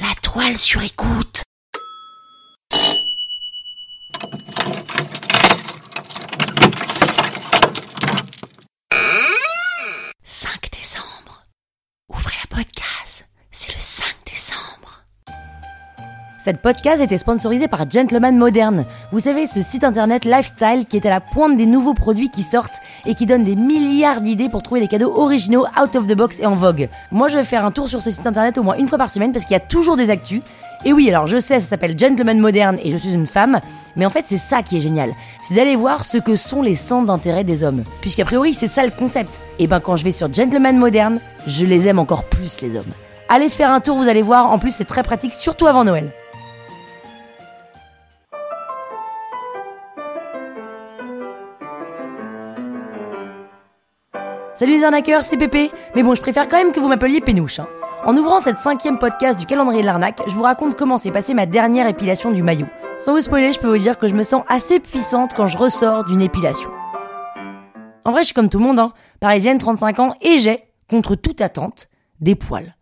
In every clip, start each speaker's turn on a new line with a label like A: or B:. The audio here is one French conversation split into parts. A: étoiles sur écoute. « 5 décembre. Ouvrez la podcast. C'est le 5 décembre.
B: Cette podcast était sponsorisée par Gentleman Modern. Vous savez, ce site internet lifestyle qui est à la pointe des nouveaux produits qui sortent et qui donne des milliards d'idées pour trouver des cadeaux originaux out of the box et en vogue. Moi, je vais faire un tour sur ce site internet au moins une fois par semaine parce qu'il y a toujours des actus. Et oui, alors je sais, ça s'appelle Gentleman Modern et je suis une femme, mais en fait, c'est ça qui est génial. C'est d'aller voir ce que sont les centres d'intérêt des hommes. Puisqu'a priori, c'est ça le concept. Et ben, quand je vais sur Gentleman Modern, je les aime encore plus, les hommes. Allez faire un tour, vous allez voir. En plus, c'est très pratique, surtout avant Noël. Salut les arnaqueurs, c'est Pépé. Mais bon, je préfère quand même que vous m'appeliez Pénouche. hein. En ouvrant cette cinquième podcast du calendrier de l'arnaque, je vous raconte comment s'est passée ma dernière épilation du maillot. Sans vous spoiler, je peux vous dire que je me sens assez puissante quand je ressors d'une épilation. En vrai, je suis comme tout le monde, hein. Parisienne, 35 ans, et j'ai, contre toute attente, des poils.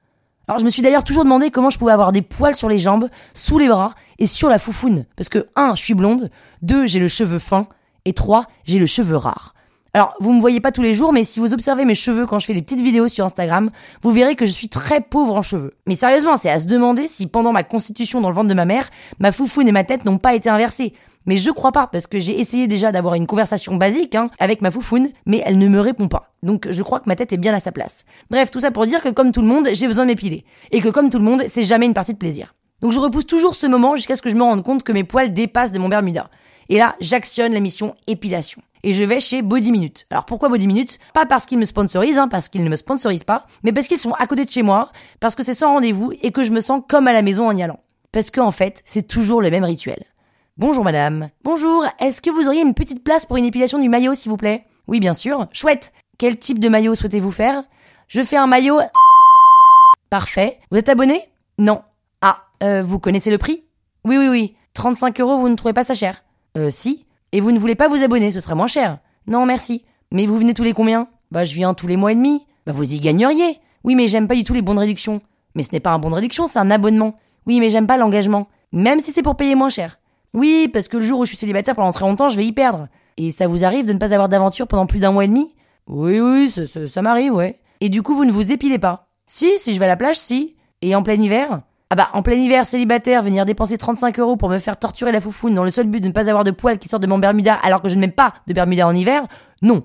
B: Alors je me suis d'ailleurs toujours demandé comment je pouvais avoir des poils sur les jambes, sous les bras et sur la foufoune. Parce que 1, je suis blonde, 2, j'ai le cheveu fin, et 3, j'ai le cheveu rare. Alors, vous me voyez pas tous les jours, mais si vous observez mes cheveux quand je fais des petites vidéos sur Instagram, vous verrez que je suis très pauvre en cheveux. Mais sérieusement, c'est à se demander si pendant ma constitution dans le ventre de ma mère, ma foufoune et ma tête n'ont pas été inversées. Mais je crois pas, parce que j'ai essayé déjà d'avoir une conversation basique hein, avec ma foufoune, mais elle ne me répond pas. Donc je crois que ma tête est bien à sa place. Bref, tout ça pour dire que comme tout le monde, j'ai besoin de m'épiler. Et que comme tout le monde, c'est jamais une partie de plaisir. Donc je repousse toujours ce moment jusqu'à ce que je me rende compte que mes poils dépassent de mon Bermuda. Et là, j'actionne la mission épilation. Et je vais chez Body Minute. Alors pourquoi Body Minute Pas parce qu'ils me sponsorisent, hein, parce qu'ils ne me sponsorisent pas, mais parce qu'ils sont à côté de chez moi, parce que c'est sans rendez-vous et que je me sens comme à la maison en y allant. Parce qu'en fait, c'est toujours le même rituel. Bonjour madame. Bonjour, est-ce que vous auriez une petite place pour une épilation du maillot s'il vous plaît Oui bien sûr. Chouette. Quel type de maillot souhaitez-vous faire Je fais un maillot... Parfait. Vous êtes abonné Non. Ah, euh, vous connaissez le prix Oui oui oui. 35 euros, vous ne trouvez pas ça cher Euh si. Et vous ne voulez pas vous abonner, ce serait moins cher. Non merci. Mais vous venez tous les combien Bah je viens tous les mois et demi. Bah vous y gagneriez. Oui mais j'aime pas du tout les bons de réduction. Mais ce n'est pas un bon de réduction, c'est un abonnement. Oui mais j'aime pas l'engagement. Même si c'est pour payer moins cher. Oui, parce que le jour où je suis célibataire pendant très longtemps, je vais y perdre. Et ça vous arrive de ne pas avoir d'aventure pendant plus d'un mois et demi Oui, oui, ça, ça- ça m'arrive, ouais. Et du coup, vous ne vous épilez pas Si, si je vais à la plage, si. Et en plein hiver Ah bah, en plein hiver, célibataire, venir dépenser 35 euros pour me faire torturer la foufoune dans le seul but de ne pas avoir de poils qui sortent de mon Bermuda alors que je ne mets pas de Bermuda en hiver Non.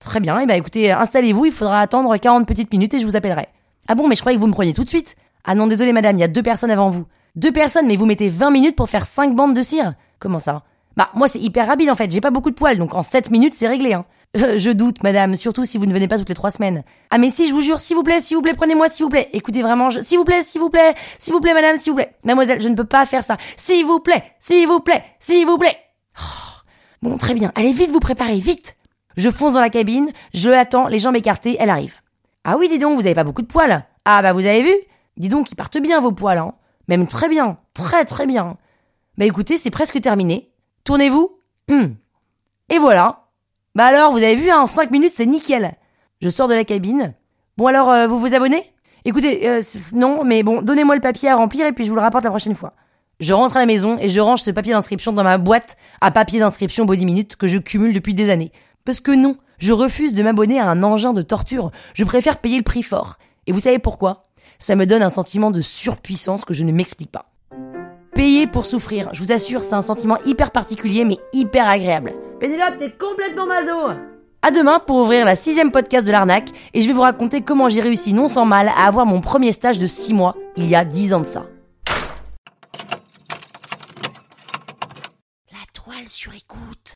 B: Très bien, et bah écoutez, installez-vous, il faudra attendre 40 petites minutes et je vous appellerai. Ah bon, mais je croyais que vous me preniez tout de suite. Ah non, désolé madame, il y a deux personnes avant vous. Deux personnes, mais vous mettez 20 minutes pour faire 5 bandes de cire Comment ça Bah, moi c'est hyper rapide en fait, j'ai pas beaucoup de poils, donc en 7 minutes c'est réglé, hein. Euh, je doute, madame, surtout si vous ne venez pas toutes les 3 semaines. Ah mais si, je vous jure, s'il vous plaît, s'il vous plaît, prenez-moi, s'il vous plaît. Écoutez vraiment, je- s'il vous plaît, s'il vous plaît, s'il vous plaît, madame, s'il vous plaît. Mademoiselle, je ne peux pas faire ça. S'il vous plaît, s'il vous plaît, s'il vous plaît. Oh, Bon, très bien. Allez vite vous préparer, vite. Je fonce dans la cabine, je l'attends, les jambes écartées, elle arrive. Ah oui, dis donc, vous avez pas beaucoup de poils. Ah bah vous avez vu Dis donc, ils partent bien vos poils, hein. Même très bien, très très bien. Bah écoutez, c'est presque terminé. Tournez-vous. Hum. Et voilà. Bah alors, vous avez vu, hein, en 5 minutes, c'est nickel. Je sors de la cabine. Bon alors, euh, vous vous abonnez Écoutez, euh, c'est- non, mais bon, donnez-moi le papier à remplir et puis je vous le rapporte la prochaine fois. Je rentre à la maison et je range ce papier d'inscription dans ma boîte à papier d'inscription Body Minute que je cumule depuis des années. Parce que non, je refuse de m'abonner à un engin de torture. Je préfère payer le prix fort. Et vous savez pourquoi Ça me donne un sentiment de surpuissance que je ne m'explique pas. Payer pour souffrir, je vous assure, c'est un sentiment hyper particulier mais hyper agréable. Pénélope, t'es complètement mazo À demain pour ouvrir la sixième podcast de l'arnaque et je vais vous raconter comment j'ai réussi non sans mal à avoir mon premier stage de 6 mois il y a 10 ans de ça.
A: La toile sur écoute.